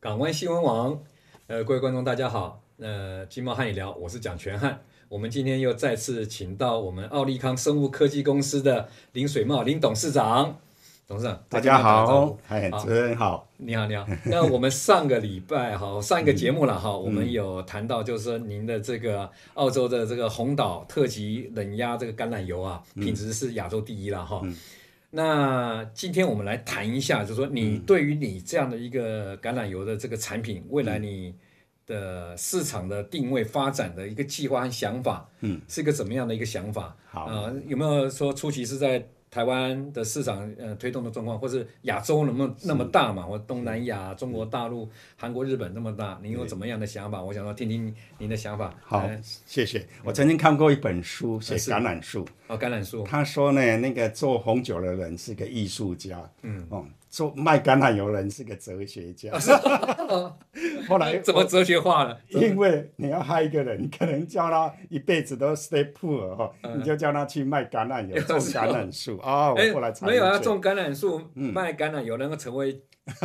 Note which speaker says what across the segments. Speaker 1: 港湾新闻网，呃，各位观众大家好，呃，金茂汉语聊，我是蒋全汉。我们今天又再次请到我们奥利康生物科技公司的林水茂林董事长，董事长，
Speaker 2: 大
Speaker 1: 跟
Speaker 2: 家
Speaker 1: 打个招呼
Speaker 2: 好，哎，主持人好，
Speaker 1: 你好，你 好。那我们上个礼拜哈，上一个节目了哈，我们有谈到就是说您的这个澳洲的这个红岛特级冷压这个橄榄油啊，品质是亚洲第一了哈。那今天我们来谈一下，就是说你对于你这样的一个橄榄油的这个产品，未来你的市场的定位、发展的一个计划和想法，
Speaker 2: 嗯，
Speaker 1: 是一个怎么样的一个想法？
Speaker 2: 好
Speaker 1: 呃，有没有说初期是在台湾的市场呃推动的状况，或是亚洲能不能那么大嘛？或东南亚、中国大陆、韩国、日本那么大，您有怎么样的想法？我想要听听您的想法。
Speaker 2: 好
Speaker 1: 呃，
Speaker 2: 谢谢。我曾经看过一本书，写
Speaker 1: 是
Speaker 2: 橄榄树，
Speaker 1: 哦，橄榄 树，
Speaker 2: 他说呢，那个做红酒的人是个艺术家，嗯，哦，做卖橄榄油的人是个哲学家。 后来
Speaker 1: 哦 怎么哲学化了？
Speaker 2: 因为你要害一个人，你可能叫他一辈子都 stay poor 哦，你就叫他去卖橄 榄油、种橄榄树啊。
Speaker 1: 嗯哎
Speaker 2: 我后来才
Speaker 1: 没有
Speaker 2: 理
Speaker 1: 要
Speaker 2: 解
Speaker 1: 种橄榄树，
Speaker 2: 嗯
Speaker 1: 卖橄榄油能够成为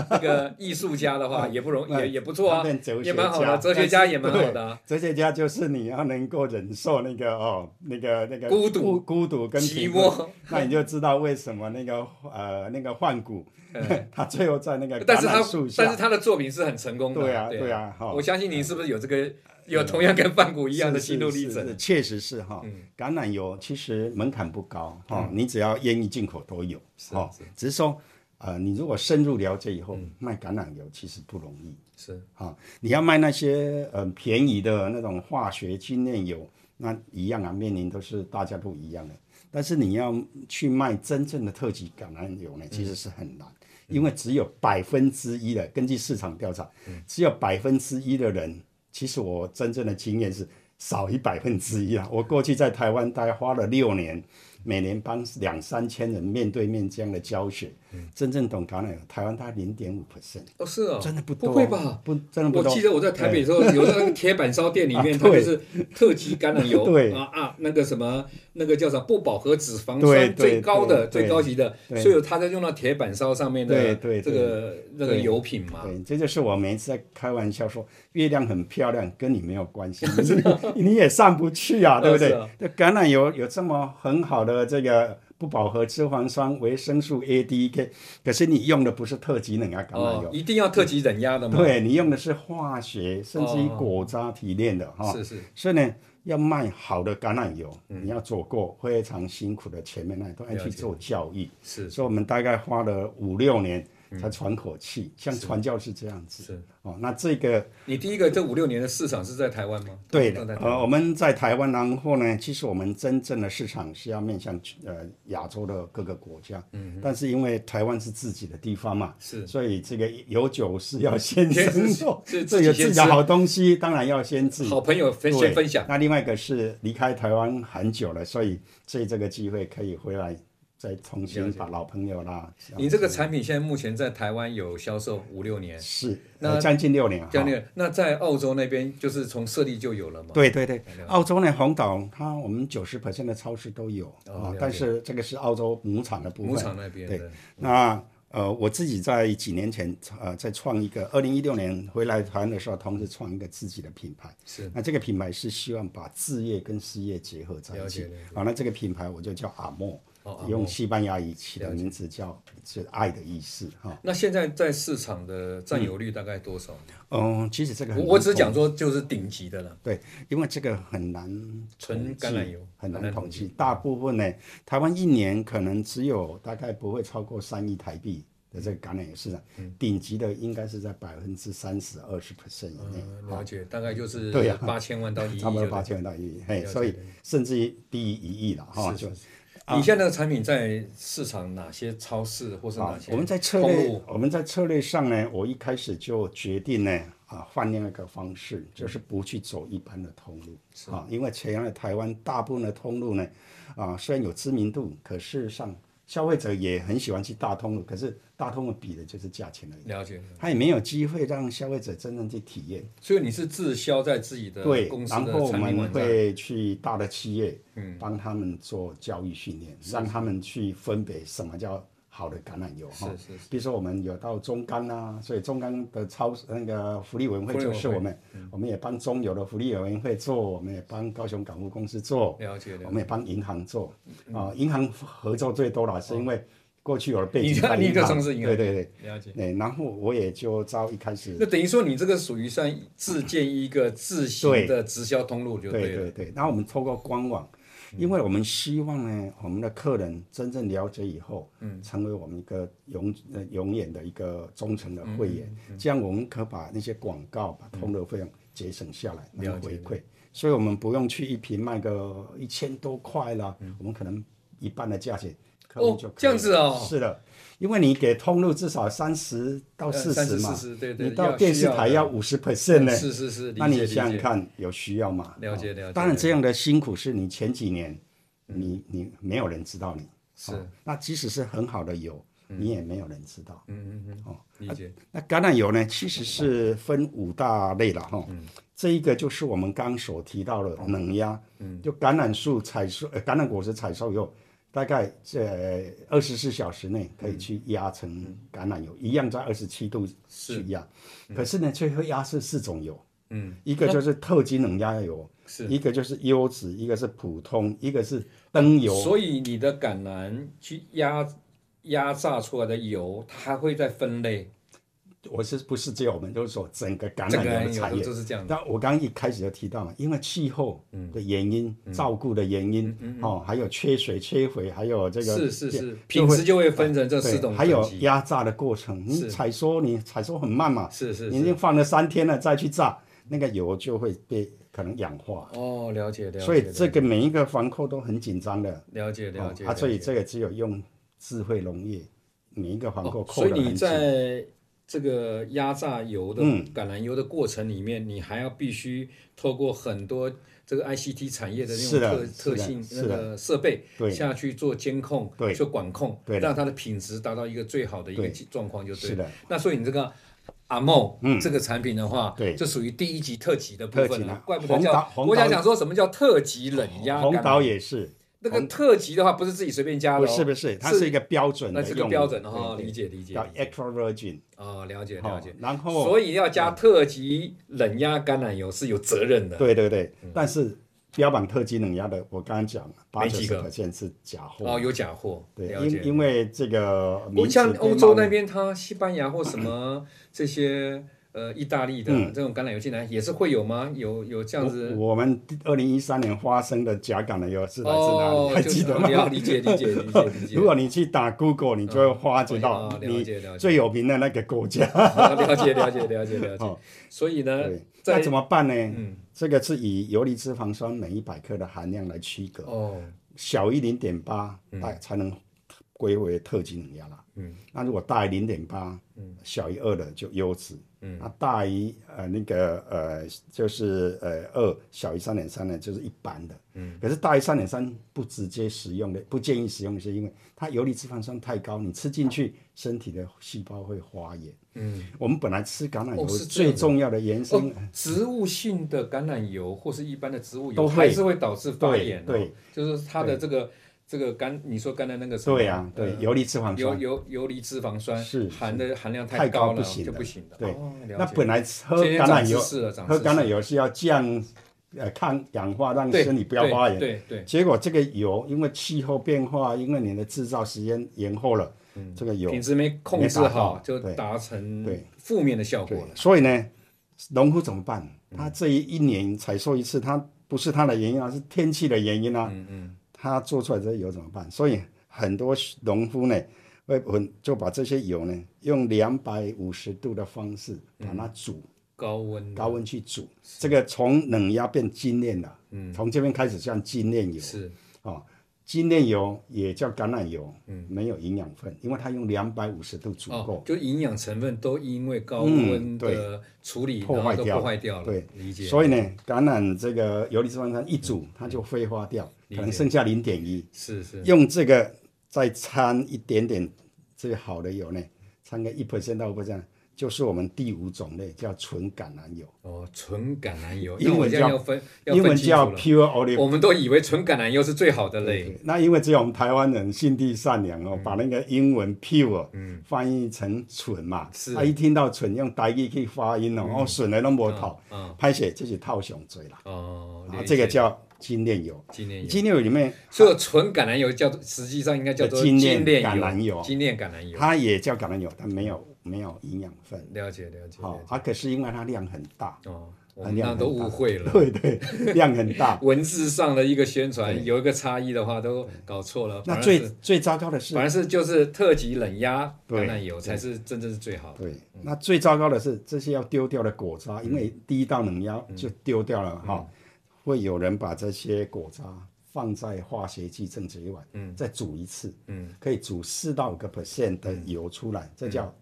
Speaker 1: 那个艺术家的 话，也不容易，
Speaker 2: 哎
Speaker 1: 也也不错啊
Speaker 2: 他变哲，学
Speaker 1: 也蛮好的，
Speaker 2: 家
Speaker 1: 哲学家也蛮好的啊。
Speaker 2: 哲学家就是你要能够忍受那个哦，那个那个
Speaker 1: 孤独
Speaker 2: 孤、孤独跟
Speaker 1: 寂
Speaker 2: 贫困
Speaker 1: 寞，
Speaker 2: 那你就知道为什么那个呃那个幻谷
Speaker 1: 哎，
Speaker 2: 他最后在那个
Speaker 1: 但
Speaker 2: 橄
Speaker 1: 是他
Speaker 2: 榄树，下，
Speaker 1: 但是他的作品是很成功的。
Speaker 2: 对啊对啊，哈、
Speaker 1: 我相信您是不是有这个有同样跟范谷一样的
Speaker 2: 呃是
Speaker 1: 心路历
Speaker 2: 是是
Speaker 1: 程？
Speaker 2: 确实是哈。
Speaker 1: 嗯
Speaker 2: 橄榄油其实门槛不高哈，你只要愿意进口都有
Speaker 1: 是
Speaker 2: 哈
Speaker 1: 是，嗯
Speaker 2: 只是说呃你如果深入了解以后，卖橄榄油其实不容易。
Speaker 1: 是
Speaker 2: 啊，你要卖那些呃便宜的那种化学精炼油，那一样啊，面临都是大家都一样的。但是你要去卖真正的特级橄榄油呢，
Speaker 1: 嗯
Speaker 2: 其实是很难，因为只有百分之一的，根据市场调查，
Speaker 1: 嗯
Speaker 2: 只有百分之一的人，其实我真正的经验是少于百分之一啊。我过去在台湾待花了六年，每年帮两三千人面对面这样的教学，真正懂橄榄油，台湾大概零点五 percent。
Speaker 1: 哦，是嗯哦，
Speaker 2: 真的不多，
Speaker 1: 不会吧？
Speaker 2: 不，真的不
Speaker 1: 我
Speaker 2: 多。
Speaker 1: 记得我在台北的时候，有在那个铁板烧店里面，
Speaker 2: 啊
Speaker 1: 他们
Speaker 2: 对
Speaker 1: 是特级橄榄油，
Speaker 2: 对
Speaker 1: 啊啊，那个什么那个叫什么不饱和脂肪
Speaker 2: 对
Speaker 1: 酸
Speaker 2: 对
Speaker 1: 最高的、
Speaker 2: 对
Speaker 1: 最高级的，
Speaker 2: 对
Speaker 1: 所以他在用到铁板烧上面的
Speaker 2: 对对对
Speaker 1: 这个那个油品嘛。
Speaker 2: 对，这就是我每一次在开玩笑说，月亮很漂亮，跟你没有关系， 你你也上不去啊，对不
Speaker 1: 是
Speaker 2: 对
Speaker 1: 啊？
Speaker 2: 这橄榄油有这么很好的这个不饱和脂肪酸、维生素 A、D、K，可是你用的不是特级冷压橄榄
Speaker 1: 哦
Speaker 2: 油，，
Speaker 1: 一定要特级冷压的嘛。哦
Speaker 2: 对你用的是化学甚至于果渣提炼的哈。
Speaker 1: 是是
Speaker 2: 所以呢，要卖好的橄榄油，你要走过非常辛苦的前面那一段，要
Speaker 1: 了
Speaker 2: 去
Speaker 1: 解
Speaker 2: 做教育。
Speaker 1: 是嗯
Speaker 2: 所以我们大概花了五六年才喘口气，像传教是这样子。
Speaker 1: 是。
Speaker 2: 哦，那这个
Speaker 1: 你第一个这五六年的市场是在台湾吗？
Speaker 2: 对
Speaker 1: 都
Speaker 2: 的
Speaker 1: 在，台湾
Speaker 2: 呃，我们在台湾，然后呢，其实我们真正的市场是要面向呃亚洲的各个国家，嗯，但是因为台湾是自己的地方嘛，
Speaker 1: 是
Speaker 2: 所以这个有酒是要先生做，
Speaker 1: 是是
Speaker 2: 这
Speaker 1: 自己
Speaker 2: 有
Speaker 1: 先
Speaker 2: 自己的
Speaker 1: 吃
Speaker 2: 好东西，当然要先自己
Speaker 1: 好朋友分
Speaker 2: 对
Speaker 1: 先分享。
Speaker 2: 那另外一个是离开台湾很久了，所以借这个机会可以回来再重
Speaker 1: 了
Speaker 2: 新
Speaker 1: 解
Speaker 2: 把老朋友啦。
Speaker 1: 你这个产品现在目前在台湾有销售五六年，
Speaker 2: 是
Speaker 1: 那
Speaker 2: 呃将近六年，
Speaker 1: 这样
Speaker 2: 哈
Speaker 1: 那个那在澳洲那边就是从设立就有了嘛？
Speaker 2: 对对对，澳洲呢，红岛它我们九十的超市都有
Speaker 1: 哦了
Speaker 2: 啊
Speaker 1: 解，
Speaker 2: 但是这个是澳洲母厂的部分。
Speaker 1: 牧场那边
Speaker 2: 对
Speaker 1: 的
Speaker 2: 那呃，我自己在几年前呃，在创一个，二零一六年回来台湾的时候，同时创一个自己的品牌。
Speaker 1: 是
Speaker 2: 那这个品牌是希望把置业跟事业结合在
Speaker 1: 了
Speaker 2: 一
Speaker 1: 解
Speaker 2: 起
Speaker 1: 了。
Speaker 2: 啊，那这个品牌我就叫阿莫
Speaker 1: 哦，
Speaker 2: 用西班牙语起的名字叫是爱的意思哈。
Speaker 1: 那现在在市场的占有率大概多少？
Speaker 2: 嗯，其实这个很
Speaker 1: 我我
Speaker 2: 难
Speaker 1: 只
Speaker 2: 统
Speaker 1: 讲说就是顶级的了，
Speaker 2: 对，因为这个很难
Speaker 1: 纯
Speaker 2: 统
Speaker 1: 橄榄油
Speaker 2: 计很
Speaker 1: 很难
Speaker 2: 难
Speaker 1: 统
Speaker 2: 统计。大部分呢，台湾一年可能只有大概不会超过三亿台币的这个橄榄油市场，
Speaker 1: 嗯
Speaker 2: 顶级的应该是在百分之三十、二十 percent 以内。
Speaker 1: 嗯，了解，大概就是
Speaker 2: 对呀
Speaker 1: 八千万到一亿
Speaker 2: 差不
Speaker 1: 就
Speaker 2: 多
Speaker 1: 对
Speaker 2: 八
Speaker 1: 了。
Speaker 2: 千到一亿，嘿，所以甚至于低于一亿了哈，啊就
Speaker 1: 你现在的产品在市场哪些超市或是哪
Speaker 2: 啊，
Speaker 1: 些通路？
Speaker 2: 我们在策略我们在策略上呢，我一开始就决定呢啊，换另外一个方式，
Speaker 1: 嗯
Speaker 2: 就是不去走一般的通路啊，因为前样的台湾大部分的通路呢，啊虽然有知名度，可事实上消费者也很喜欢去大通路，可是大通路比的就是价钱而已，
Speaker 1: 了解，
Speaker 2: 他也没有机会让消费者真正去体验。
Speaker 1: 所以你是自销在自己的
Speaker 2: 对
Speaker 1: 公，司
Speaker 2: 然
Speaker 1: 的
Speaker 2: 后我
Speaker 1: 产品
Speaker 2: 们
Speaker 1: 网站。
Speaker 2: 会去大的企业，嗯，帮他们做教育训练，让他们去分别什么叫好的橄榄油哈。
Speaker 1: 是是是
Speaker 2: 比如说我们有到中钢啊，所以中钢的超那个福利委员会就是我们，
Speaker 1: 嗯
Speaker 2: 我们也帮中油的福利委员会做，我们也帮高雄港务公司做，
Speaker 1: 了解了解
Speaker 2: 我们也帮银行做啊、银行合作最多了，是因为过去有了背
Speaker 1: 嗯哦你
Speaker 2: 景
Speaker 1: 这
Speaker 2: 在
Speaker 1: 你
Speaker 2: 银
Speaker 1: 就
Speaker 2: 行，
Speaker 1: 从事银行
Speaker 2: 对对对，
Speaker 1: 了解。
Speaker 2: 对，然后我也就招一开始
Speaker 1: 那等于说你这个属于算自建一个自行的直销通路就
Speaker 2: 对
Speaker 1: 了。嗯
Speaker 2: 对对，然后我们透过官网，因为我们希望呢，我们的客人真正了解以后，嗯，成为我们一个永呃永远的一个忠诚的
Speaker 1: 嗯
Speaker 2: 会员，这样我们可把那些广告、把通路费用节省下来，然后
Speaker 1: 了
Speaker 2: 回馈，所以我们不用去一瓶卖个一千多块啦，我们可能一半的价钱，客
Speaker 1: 嗯
Speaker 2: 户
Speaker 1: 哦
Speaker 2: 就可以
Speaker 1: 这样子哦
Speaker 2: 了是的。因为你给通路至少三十到
Speaker 1: 呃
Speaker 2: 四
Speaker 1: 30
Speaker 2: 十嘛，
Speaker 1: 40对对
Speaker 2: 你到
Speaker 1: 要
Speaker 2: 电
Speaker 1: 需
Speaker 2: 视
Speaker 1: 要
Speaker 2: 台
Speaker 1: 的
Speaker 2: 要五十 percent 呢，
Speaker 1: 是是是，理
Speaker 2: 那
Speaker 1: 解
Speaker 2: 你
Speaker 1: 理
Speaker 2: 想想
Speaker 1: 解
Speaker 2: 看，有需要吗？
Speaker 1: 了解
Speaker 2: 哦
Speaker 1: 了解
Speaker 2: 当然，这样的辛苦是你前几年，你你没有人知道你。
Speaker 1: 是嗯
Speaker 2: 哦那即使是很好的油，你也没有人知道。
Speaker 1: 理解，
Speaker 2: 那橄榄油呢，其实是分五大类了哈。这一个就是我们刚所提到的冷压，就橄榄树采收，呃，橄榄果实采收以后，大概这二十四小时内可以去压成橄榄油，一样在二十七度去压，可是呢，最后压是四种油，嗯，一个就是特级冷压油，
Speaker 1: 是
Speaker 2: 一个就是优质，一个是普通，一个是灯油，
Speaker 1: 所以你的橄榄去压压榨出来的油，它会再分类，
Speaker 2: 我是不是只有我们就是说整个橄
Speaker 1: 整个
Speaker 2: 榄油的
Speaker 1: 橄榄
Speaker 2: 产
Speaker 1: 油
Speaker 2: 业
Speaker 1: 都？是这样的。
Speaker 2: 那我刚刚一开始就提到嘛，因为气候
Speaker 1: 嗯
Speaker 2: 的原因、照顾的原因、哦，还有缺水、缺肥，还有这个
Speaker 1: 是是
Speaker 2: 电
Speaker 1: 是，
Speaker 2: 就
Speaker 1: 品
Speaker 2: 会
Speaker 1: 质就会分成这
Speaker 2: 对
Speaker 1: 四种
Speaker 2: 还
Speaker 1: 等
Speaker 2: 有
Speaker 1: 级。
Speaker 2: 压榨的过程，你采收你采收很慢嘛，
Speaker 1: 是是
Speaker 2: 你已经放了三天了，再去榨，那个油就会被可能氧化，
Speaker 1: 哦，了解了解。
Speaker 2: 所以这个每一个防控都很紧张的，
Speaker 1: 了解了解
Speaker 2: 哦啊，所以
Speaker 1: 了解
Speaker 2: 这个只有用智慧农业每一个防控
Speaker 1: 哦，
Speaker 2: 扣
Speaker 1: 所
Speaker 2: 的
Speaker 1: 以
Speaker 2: 很紧。
Speaker 1: 你在这个压榨油的
Speaker 2: 嗯
Speaker 1: 橄榄油的过程里面，你还要必须透过很多这个 ICT 产业的那种
Speaker 2: 是的
Speaker 1: 特
Speaker 2: 是的
Speaker 1: 特性
Speaker 2: 是
Speaker 1: 那
Speaker 2: 的
Speaker 1: 个设备
Speaker 2: 对
Speaker 1: 下去做监控、
Speaker 2: 对
Speaker 1: 做管控，
Speaker 2: 对的
Speaker 1: 让它的品质达到一个最好的一个
Speaker 2: 对
Speaker 1: 状况就对
Speaker 2: 是
Speaker 1: 了。
Speaker 2: 的
Speaker 1: 那所以你这个。阿梦，嗯，这个产品的话，
Speaker 2: 对
Speaker 1: 就属于第一级特级的部
Speaker 2: 特
Speaker 1: 分
Speaker 2: 级
Speaker 1: 了
Speaker 2: 的，
Speaker 1: 怪不得
Speaker 2: 红岛
Speaker 1: 叫
Speaker 2: 红岛
Speaker 1: 我想讲说什么叫特级冷压
Speaker 2: 红
Speaker 1: 橄榄
Speaker 2: 岛也是，
Speaker 1: 那个特级的话，不是自己随便加的、
Speaker 2: 不
Speaker 1: 哦，
Speaker 2: 是不是，它是一个标准的
Speaker 1: 那
Speaker 2: 用
Speaker 1: 是
Speaker 2: 语，
Speaker 1: 个标准的哈、
Speaker 2: 对对
Speaker 1: 理解理解。
Speaker 2: 叫 extra virgin，
Speaker 1: 哦，了解
Speaker 2: 好
Speaker 1: 了解。
Speaker 2: 然后
Speaker 1: 所以要加特级冷压橄榄油是有责任的。嗯
Speaker 2: 对对对，但是标榜特级冷压的，我刚刚讲了，八
Speaker 1: 没
Speaker 2: 九
Speaker 1: 几
Speaker 2: 十
Speaker 1: 个
Speaker 2: percent 是假货，
Speaker 1: 哦，有假货，
Speaker 2: 对，
Speaker 1: 了
Speaker 2: 因
Speaker 1: 解。
Speaker 2: 因为这个
Speaker 1: 不
Speaker 2: 名
Speaker 1: 像
Speaker 2: 字被
Speaker 1: 欧洲
Speaker 2: 冒
Speaker 1: 那边，它西班牙或什么 这些呃意大利的
Speaker 2: 嗯
Speaker 1: 这种橄榄油进来也是会有吗？有有这样子？
Speaker 2: 我我们二零一三年发生的假橄榄油是来自哪
Speaker 1: 哦
Speaker 2: 里？，还
Speaker 1: 就
Speaker 2: 记
Speaker 1: 是
Speaker 2: 得
Speaker 1: 哦
Speaker 2: 吗？
Speaker 1: 了理解理解理解理解
Speaker 2: 如。果你去打 Google，你就会发觉
Speaker 1: 哦
Speaker 2: 到
Speaker 1: 了
Speaker 2: 你
Speaker 1: 解了解
Speaker 2: 最有名的那个国家。
Speaker 1: 好 了解了解了解了解。所以呢
Speaker 2: 对，，那
Speaker 1: 呃在嗯
Speaker 2: 怎么办呢？这个是以游离脂肪酸每一百克的含量来区隔。
Speaker 1: 哦，
Speaker 2: 小于零点八，大才能归为特级能压啦。嗯，那如果大于零点八，嗯，小于二的就优质。嗯，那大于呃那个呃就是呃二小于三点三的，就是一般的。嗯，可是大于三点三不直接使用的，不建议使用，是因为它游离脂肪酸太高，你吃进去身体的细胞会发炎。嗯，我们本来吃橄榄油
Speaker 1: 哦是这样
Speaker 2: 最重要的原生
Speaker 1: 哦，植物性的橄榄油或是一般的植物油，
Speaker 2: 都会
Speaker 1: 还是会导致发炎、哦。
Speaker 2: 对对，
Speaker 1: 就是它的这个这个甘，你说刚才那个什么
Speaker 2: 对啊，对，
Speaker 1: 嗯
Speaker 2: 游离脂肪酸
Speaker 1: 游游游离脂肪酸
Speaker 2: 是
Speaker 1: 含的含量
Speaker 2: 太高
Speaker 1: 高了，
Speaker 2: 不行
Speaker 1: 就
Speaker 2: 的
Speaker 1: 不行的。
Speaker 2: 对
Speaker 1: 哦、了
Speaker 2: 那
Speaker 1: 解
Speaker 2: 本来喝
Speaker 1: 今天
Speaker 2: 橄榄
Speaker 1: 长
Speaker 2: 油
Speaker 1: 知识了长，
Speaker 2: 喝
Speaker 1: 知识
Speaker 2: 橄榄油是要降，呃，抗氧化，让身体不要发炎。
Speaker 1: 对对
Speaker 2: 结果这个油因为气候变化，因为你的制造时间延后了，这个
Speaker 1: 对，
Speaker 2: 油
Speaker 1: 品质没控制
Speaker 2: 没达到
Speaker 1: 好，就
Speaker 2: 对
Speaker 1: 达成
Speaker 2: 对
Speaker 1: 负面的效果
Speaker 2: 对
Speaker 1: 了。，嗯
Speaker 2: 所以呢，农夫怎么办？他这一一年采收一次，他不是他的原因啊，是天气的原因啊。嗯嗯，他做出来这油怎么办？所以很多农夫呢，会很就把这些油呢，用两百五十度的方式把
Speaker 1: 嗯
Speaker 2: 它煮。
Speaker 1: 高温的
Speaker 2: 高温去煮，这个从冷压变精炼了，
Speaker 1: 嗯
Speaker 2: 从这边开始算精炼油
Speaker 1: 是
Speaker 2: 哦，精炼油也叫橄榄油，没有营养分，因为它用两百五十度煮
Speaker 1: 嗯哦
Speaker 2: 过，，
Speaker 1: 就营养成分都因为高温的处理，
Speaker 2: 嗯破
Speaker 1: 然后
Speaker 2: 坏
Speaker 1: 都
Speaker 2: 掉
Speaker 1: 破坏掉了。
Speaker 2: 对，
Speaker 1: 理解。嗯
Speaker 2: 所以呢，橄榄这个游离脂肪酸一煮，它就挥发掉，
Speaker 1: 理解
Speaker 2: 可能剩下零点一，
Speaker 1: 是是
Speaker 2: 用这个再掺一点点最好的油呢，掺个一 percent 到五 percent，就是我们第五种类叫纯橄榄油，
Speaker 1: 哦，纯橄榄油，
Speaker 2: 英
Speaker 1: 那
Speaker 2: 文
Speaker 1: 我这样
Speaker 2: 叫
Speaker 1: 要分，要
Speaker 2: 英
Speaker 1: 分
Speaker 2: 文
Speaker 1: 清
Speaker 2: 叫
Speaker 1: 楚了。
Speaker 2: pure olive。
Speaker 1: 我们都以为纯橄榄油是最好的嘞，
Speaker 2: 对那因为只有我们台湾人心地善良
Speaker 1: 嗯
Speaker 2: 哦，把那个英文 pure 翻译成蠢嘛，啊
Speaker 1: 是嗯
Speaker 2: 他一听到蠢用台语去发音哦，哦，蠢的都没头，拍写这是套熊嘴啦。
Speaker 1: 哦，
Speaker 2: 然后
Speaker 1: 了
Speaker 2: 啊这个
Speaker 1: 解
Speaker 2: 叫精炼油，
Speaker 1: 精炼油，
Speaker 2: 精炼油里面
Speaker 1: 所以纯橄榄油叫做实际上应该叫做
Speaker 2: 精
Speaker 1: 精炼
Speaker 2: 炼橄榄油
Speaker 1: 精炼橄榄油。嗯
Speaker 2: 它也叫橄榄油，但没有没有营养分，
Speaker 1: 了解了解，
Speaker 2: 好、
Speaker 1: 了解
Speaker 2: 啊，可是因为它量很大，
Speaker 1: 哦，我
Speaker 2: 它
Speaker 1: 们那
Speaker 2: 量
Speaker 1: 都
Speaker 2: 很大
Speaker 1: 误会了。
Speaker 2: 对对，量很 大。
Speaker 1: 文字上的一个宣传有一个差异的话，都搞错了。
Speaker 2: 那
Speaker 1: 反而
Speaker 2: 最
Speaker 1: 是
Speaker 2: 最糟糕的是
Speaker 1: 反而是就是特级冷压橄
Speaker 2: 对
Speaker 1: 榄油才是真正是最好嗯的。
Speaker 2: 对，那最糟糕的是这些要丢掉的果渣，因为第一道冷压就丢掉了
Speaker 1: 嗯
Speaker 2: 哈、会有人把这些果渣放在化学剂正极碗，嗯，再煮一次，嗯，可以煮四到五个 percent 的
Speaker 1: 嗯
Speaker 2: 油出来，这叫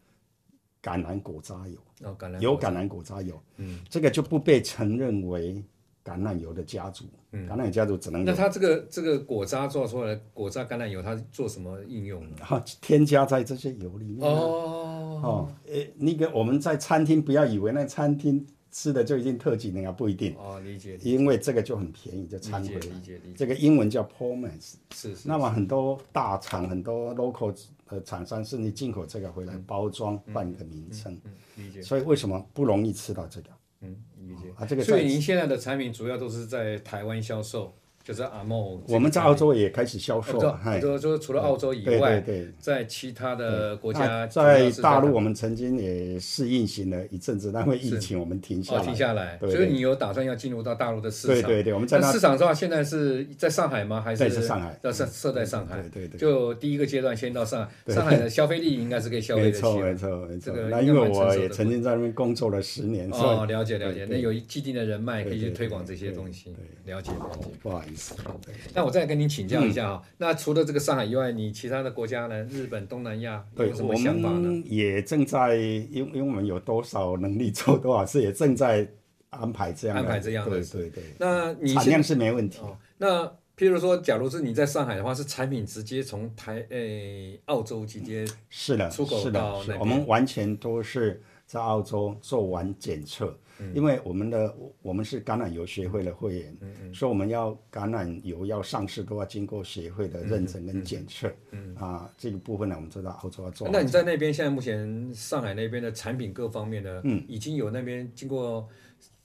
Speaker 2: 橄榄果渣油，
Speaker 1: 哦，橄榄
Speaker 2: 有
Speaker 1: 油
Speaker 2: 橄榄果渣油，嗯，这个就不被承认为橄榄油的家族，嗯，橄榄油家族只能
Speaker 1: 那
Speaker 2: 有
Speaker 1: 它这个这个果渣做出来的果渣橄榄油，它是做什么应用呢？
Speaker 2: 哈添加在这些油里面啊、
Speaker 1: 哦，
Speaker 2: 哦，呃，那个我们在餐厅不要以为那餐厅吃的就一定特级能啊，不一定，
Speaker 1: 哦，理解，理
Speaker 2: 因为这个就很便宜，就
Speaker 1: 解，
Speaker 2: 餐
Speaker 1: 理解，
Speaker 2: 回
Speaker 1: 理
Speaker 2: 来。
Speaker 1: 解，理解
Speaker 2: 这个英文叫 p o r m a s
Speaker 1: 是是
Speaker 2: 那么很多大厂、很多 local 呃厂商甚至进口这个回来包装，换一个名
Speaker 1: 嗯
Speaker 2: 称。
Speaker 1: 理解，
Speaker 2: 所以为什么不容易吃到这个
Speaker 1: 嗯，理解。
Speaker 2: 啊？这个
Speaker 1: 所
Speaker 2: 在
Speaker 1: 以您现在的产品主要都是在台湾销售，就是阿莫。
Speaker 2: 我们在澳洲也开始销售，啊嗨
Speaker 1: 呃，就就除了澳洲以
Speaker 2: 对
Speaker 1: 外，
Speaker 2: 对对。
Speaker 1: 在其他的国
Speaker 2: 那
Speaker 1: 家
Speaker 2: 在
Speaker 1: 主要是
Speaker 2: 大陆，我们曾经也试运行了一阵子，但因为疫情我们停下
Speaker 1: 哦
Speaker 2: 来。
Speaker 1: 停下来，
Speaker 2: 对
Speaker 1: 所以你有打算要进入到大陆的市
Speaker 2: 对
Speaker 1: 场？
Speaker 2: 对对，我们在那
Speaker 1: 那市场的话，现在是在上海吗？还
Speaker 2: 对
Speaker 1: 是
Speaker 2: 是上海
Speaker 1: 要设设在上海。
Speaker 2: 对对对
Speaker 1: 就第一个阶段先到上海，上海的消费力应该是可以消费
Speaker 2: 没
Speaker 1: 得起
Speaker 2: 错，
Speaker 1: 的。
Speaker 2: 没错，没
Speaker 1: 这
Speaker 2: 错
Speaker 1: 个。
Speaker 2: 那
Speaker 1: 应
Speaker 2: 因
Speaker 1: 该
Speaker 2: 为
Speaker 1: 蛮成
Speaker 2: 我
Speaker 1: 熟
Speaker 2: 也
Speaker 1: 的
Speaker 2: 曾经在那边工作了十年，所
Speaker 1: 哦，了解了解，那
Speaker 2: 对
Speaker 1: 有一既定的人脉可以去
Speaker 2: 对对
Speaker 1: 推广这些
Speaker 2: 对嗯
Speaker 1: 东西，了解了解
Speaker 2: 以。不好意思。对
Speaker 1: 那我再跟您请教一下啊、那除了这个上海以外，你其他的国家呢？日本、东南亚有
Speaker 2: 对，
Speaker 1: 什
Speaker 2: 我
Speaker 1: 么想法呢？
Speaker 2: 们也正在，因为因为我们有多少能力做多少事，也正在安排这样的
Speaker 1: 安排这样的
Speaker 2: 对对对，
Speaker 1: 那你
Speaker 2: 产
Speaker 1: 现
Speaker 2: 量是没问题。
Speaker 1: 哦，那譬如说，假如是你在上海的话，是产品直接从台诶、澳洲直接
Speaker 2: 是的，
Speaker 1: 出口
Speaker 2: 是
Speaker 1: 到
Speaker 2: 的，是
Speaker 1: 那边
Speaker 2: 的我们完全都是在澳洲做完检测，
Speaker 1: 嗯
Speaker 2: 因为我们的我们是橄榄油协会的会员，
Speaker 1: 嗯
Speaker 2: 所以我们要橄榄油要上市都要经过协会的认证跟检测，
Speaker 1: 嗯
Speaker 2: 啊，这个部分呢，我们就在澳洲要做。
Speaker 1: 那你在那边现在目前上海那边的产品各方面呢，嗯，已经有那边经过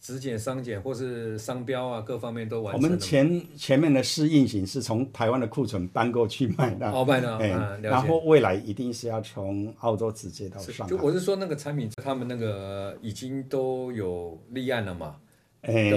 Speaker 1: 质检、商检或是商标啊，各方面都完
Speaker 2: 我
Speaker 1: 成了吗。
Speaker 2: 们前前面的试运行是从台湾的库存搬过去卖的，
Speaker 1: 鳌拜呢，
Speaker 2: 哎
Speaker 1: 嗯，了
Speaker 2: 然
Speaker 1: 解。
Speaker 2: 后未来一定是要从澳洲直接到
Speaker 1: 是
Speaker 2: 上海啊
Speaker 1: 就。我是说那个产品，他们那个已经都有立案了嘛，
Speaker 2: 哎
Speaker 1: 都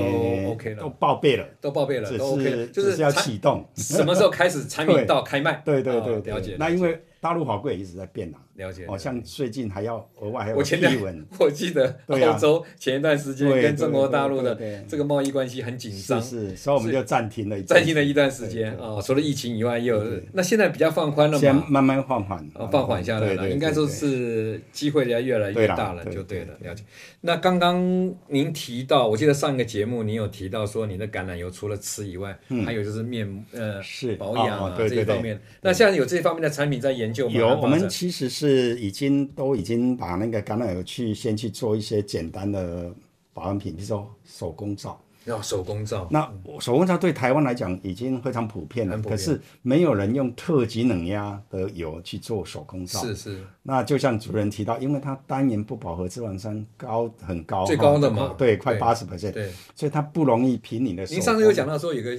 Speaker 1: OK 了
Speaker 2: 都报备了，
Speaker 1: 都报备了，
Speaker 2: 只
Speaker 1: 都 OK，了
Speaker 2: 是
Speaker 1: 就是
Speaker 2: 只是要
Speaker 1: 产
Speaker 2: 启动。
Speaker 1: 什么时候开始产品到开卖？
Speaker 2: 对对
Speaker 1: 哦
Speaker 2: 对，对
Speaker 1: 了解。
Speaker 2: 那因为大陆法规也一直在变啊，
Speaker 1: 了解。
Speaker 2: 好像最近还要额外还有
Speaker 1: 我前两
Speaker 2: 批文，
Speaker 1: 我记得
Speaker 2: 对啊
Speaker 1: 澳洲前一段时间
Speaker 2: 对
Speaker 1: 跟中国大陆
Speaker 2: 对对
Speaker 1: 的
Speaker 2: 对
Speaker 1: 这个贸易关系很紧
Speaker 2: 是
Speaker 1: 张，
Speaker 2: 是，所以我们就暂停了一阵
Speaker 1: 暂停了一段时间啊。除了疫情以外，也有那现在比较放宽了
Speaker 2: 先
Speaker 1: 嘛，
Speaker 2: 慢慢放缓，
Speaker 1: 啊，放缓下来
Speaker 2: 嗯对
Speaker 1: 了，
Speaker 2: 对
Speaker 1: 应该
Speaker 2: 对
Speaker 1: 说
Speaker 2: 对
Speaker 1: 是机会也越来越
Speaker 2: 对啦
Speaker 1: 大了，
Speaker 2: 对
Speaker 1: 就对
Speaker 2: 对
Speaker 1: 了。了解。那刚刚您提到，我记得上一个节目您有提到说，你的橄榄油除了吃以外，还有就是面呃
Speaker 2: 嗯是
Speaker 1: 保
Speaker 2: 哦
Speaker 1: 养
Speaker 2: 哦
Speaker 1: 啊
Speaker 2: 对
Speaker 1: 这一
Speaker 2: 对
Speaker 1: 方
Speaker 2: 对。
Speaker 1: 面。那现在有这方面的产品在研究吗？
Speaker 2: 有，
Speaker 1: 还发
Speaker 2: 我们
Speaker 1: 展
Speaker 2: 其实是已经都已经把那个橄榄油去先去做一些简单的保养品，比如说手工皂。
Speaker 1: 要哦手工皂。
Speaker 2: 那手工皂对台湾来讲已经非常普遍
Speaker 1: 嗯
Speaker 2: 了，
Speaker 1: 很普遍
Speaker 2: 可是没有人用特级冷压的油去做手工皂。
Speaker 1: 是是，
Speaker 2: 那就像主任提到，因为它单盐不饱和脂肪酸高很高，
Speaker 1: 最高的
Speaker 2: 哈
Speaker 1: 嘛
Speaker 2: 对，快
Speaker 1: 对
Speaker 2: 八十 percent，
Speaker 1: 对。
Speaker 2: 所以它不容易平你的手工。
Speaker 1: 您上次有讲到说有个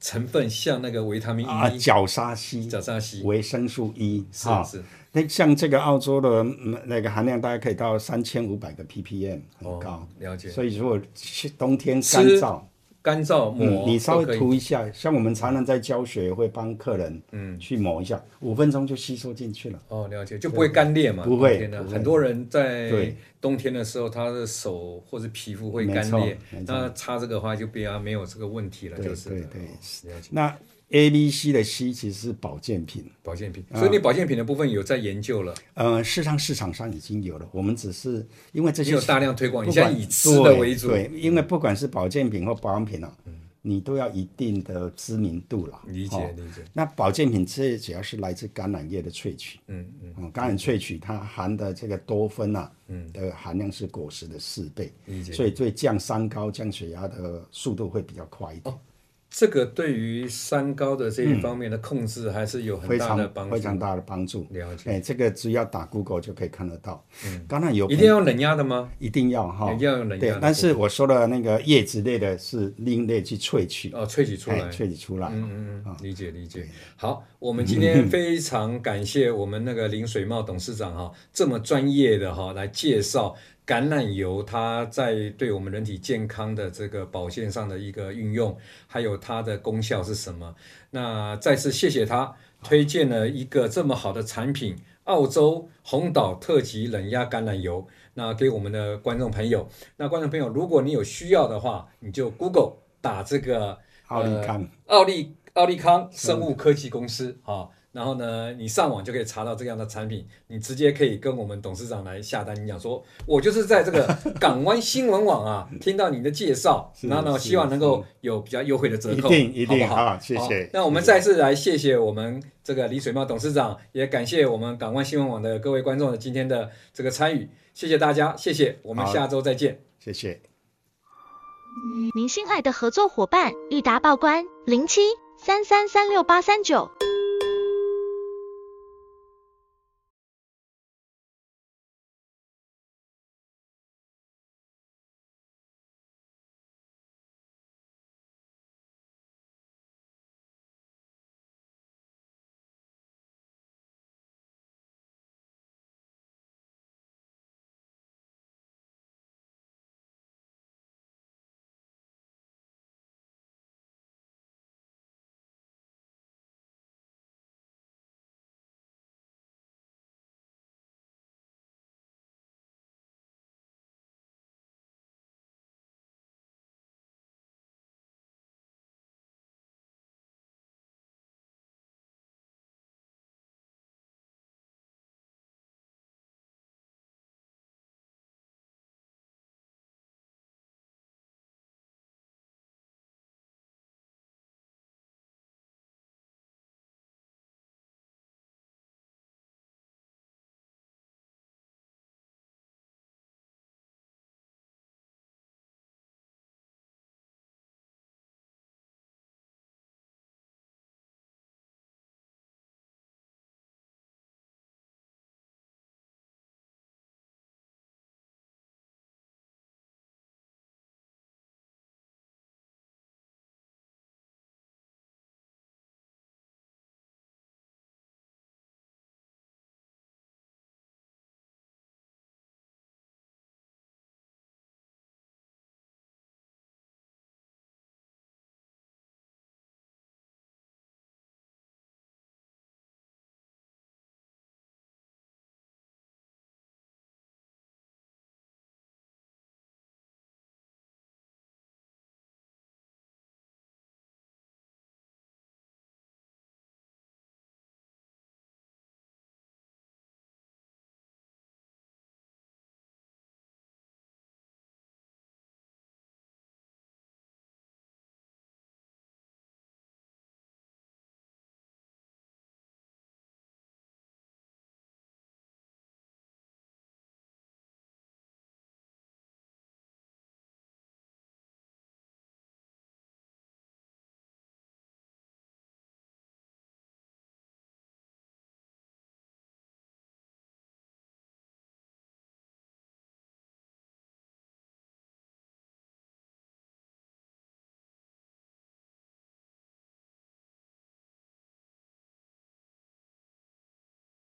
Speaker 1: 成分像那个维他命
Speaker 2: 啊，
Speaker 1: E
Speaker 2: 角鲨烯、
Speaker 1: 角鲨烯，
Speaker 2: 维生素 E
Speaker 1: 是
Speaker 2: 哈
Speaker 1: 是
Speaker 2: 那像这个澳洲的嗯那个含量大概可以到三千五百个 ppm，很高。
Speaker 1: 哦，了解。
Speaker 2: 所以如果是冬天
Speaker 1: 吃
Speaker 2: 干燥，
Speaker 1: 干燥
Speaker 2: 嗯，
Speaker 1: 抹
Speaker 2: 你稍
Speaker 1: 哦都可
Speaker 2: 微
Speaker 1: 以
Speaker 2: 涂一下，像我们常常在教学会帮客人，嗯，去抹一下，五分钟就吸收进去了。
Speaker 1: 哦，了解，就不会干裂嘛？
Speaker 2: 不会
Speaker 1: 冬天的
Speaker 2: 不会
Speaker 1: 很多人在
Speaker 2: 对
Speaker 1: 冬天的时候，他的手或者皮肤会
Speaker 2: 没
Speaker 1: 干
Speaker 2: 错
Speaker 1: 裂
Speaker 2: 没，
Speaker 1: 那擦这个的话就比较没有这个问题了，
Speaker 2: 对
Speaker 1: 就是
Speaker 2: 对
Speaker 1: 了
Speaker 2: 对
Speaker 1: 哦了解
Speaker 2: 那 A、B、C 的 C 其实是保健品，
Speaker 1: 保健品。
Speaker 2: 啊
Speaker 1: 所以你保健品的部分有在研究了，
Speaker 2: 呃，事实上市场上已经有了，我们只是因为这
Speaker 1: 你
Speaker 2: 些
Speaker 1: 有大量推广，
Speaker 2: 不
Speaker 1: 你现在
Speaker 2: 管
Speaker 1: 以吃的为主，
Speaker 2: 对，对因为不管是保健品或保养品啊，你都要一定的知名度啦。哦
Speaker 1: 理解理解，
Speaker 2: 那保健品这主要是来自橄榄叶的萃取，
Speaker 1: 嗯嗯，
Speaker 2: 哦，橄榄萃取它含的这个多酚啊，嗯，的含量是果实的四倍，
Speaker 1: 理解。
Speaker 2: 所以对降三高、降血压的速度会比较快一点，
Speaker 1: 哦这个对于三高的这一方面的控制还是有很
Speaker 2: 嗯非
Speaker 1: 大的
Speaker 2: 常
Speaker 1: 帮
Speaker 2: 非
Speaker 1: 助。
Speaker 2: 常大的帮助。
Speaker 1: 了解，
Speaker 2: 哎、这个只要打 Google 就可以看得到。嗯，橄榄油
Speaker 1: 一定要冷压的吗？
Speaker 2: 一定要哈，
Speaker 1: 一定要有冷压
Speaker 2: 对
Speaker 1: 的，
Speaker 2: 但是我说的那个叶子类的是另类去萃取，
Speaker 1: 哦，萃取出
Speaker 2: 哎
Speaker 1: 来。
Speaker 2: 萃取出来。
Speaker 1: 嗯嗯嗯，理解理解。好，我们今天非常感谢我们那个林水茂董事长哈、这么专业的哈、来介绍橄榄油它在对我们人体健康的这个保健上的一个运用，还有它的功效是什么。那再次谢谢他推荐了一个这么好的产品。澳洲红岛特级冷压橄榄油，那给我们的观众朋友，那观众朋友，如果你有需要的话，你就 Google 打这个呃
Speaker 2: 奥利康，
Speaker 1: 奥利奥利康生物科技公司啊、然后呢，你上网就可以查到这样的产品，你直接可以跟我们董事长来下单。你讲说， 我就是在这个港湾新闻网 啊，听到你的介绍，
Speaker 2: 是
Speaker 1: 然后呢，
Speaker 2: 是
Speaker 1: 希望能够有比较优惠的折扣，
Speaker 2: 一定一定
Speaker 1: 好不好
Speaker 2: 啊，谢
Speaker 1: 好
Speaker 2: 谢。
Speaker 1: 那我们再次来谢谢我们这个李水茂董事长，也感谢我们港湾新闻网的各位观众的今天的这个参与，谢谢大家，谢谢，我们
Speaker 2: 好
Speaker 1: 下周再见。
Speaker 2: 谢谢。
Speaker 3: 您信赖的合作伙伴，裕达报关零七三三三六八三九。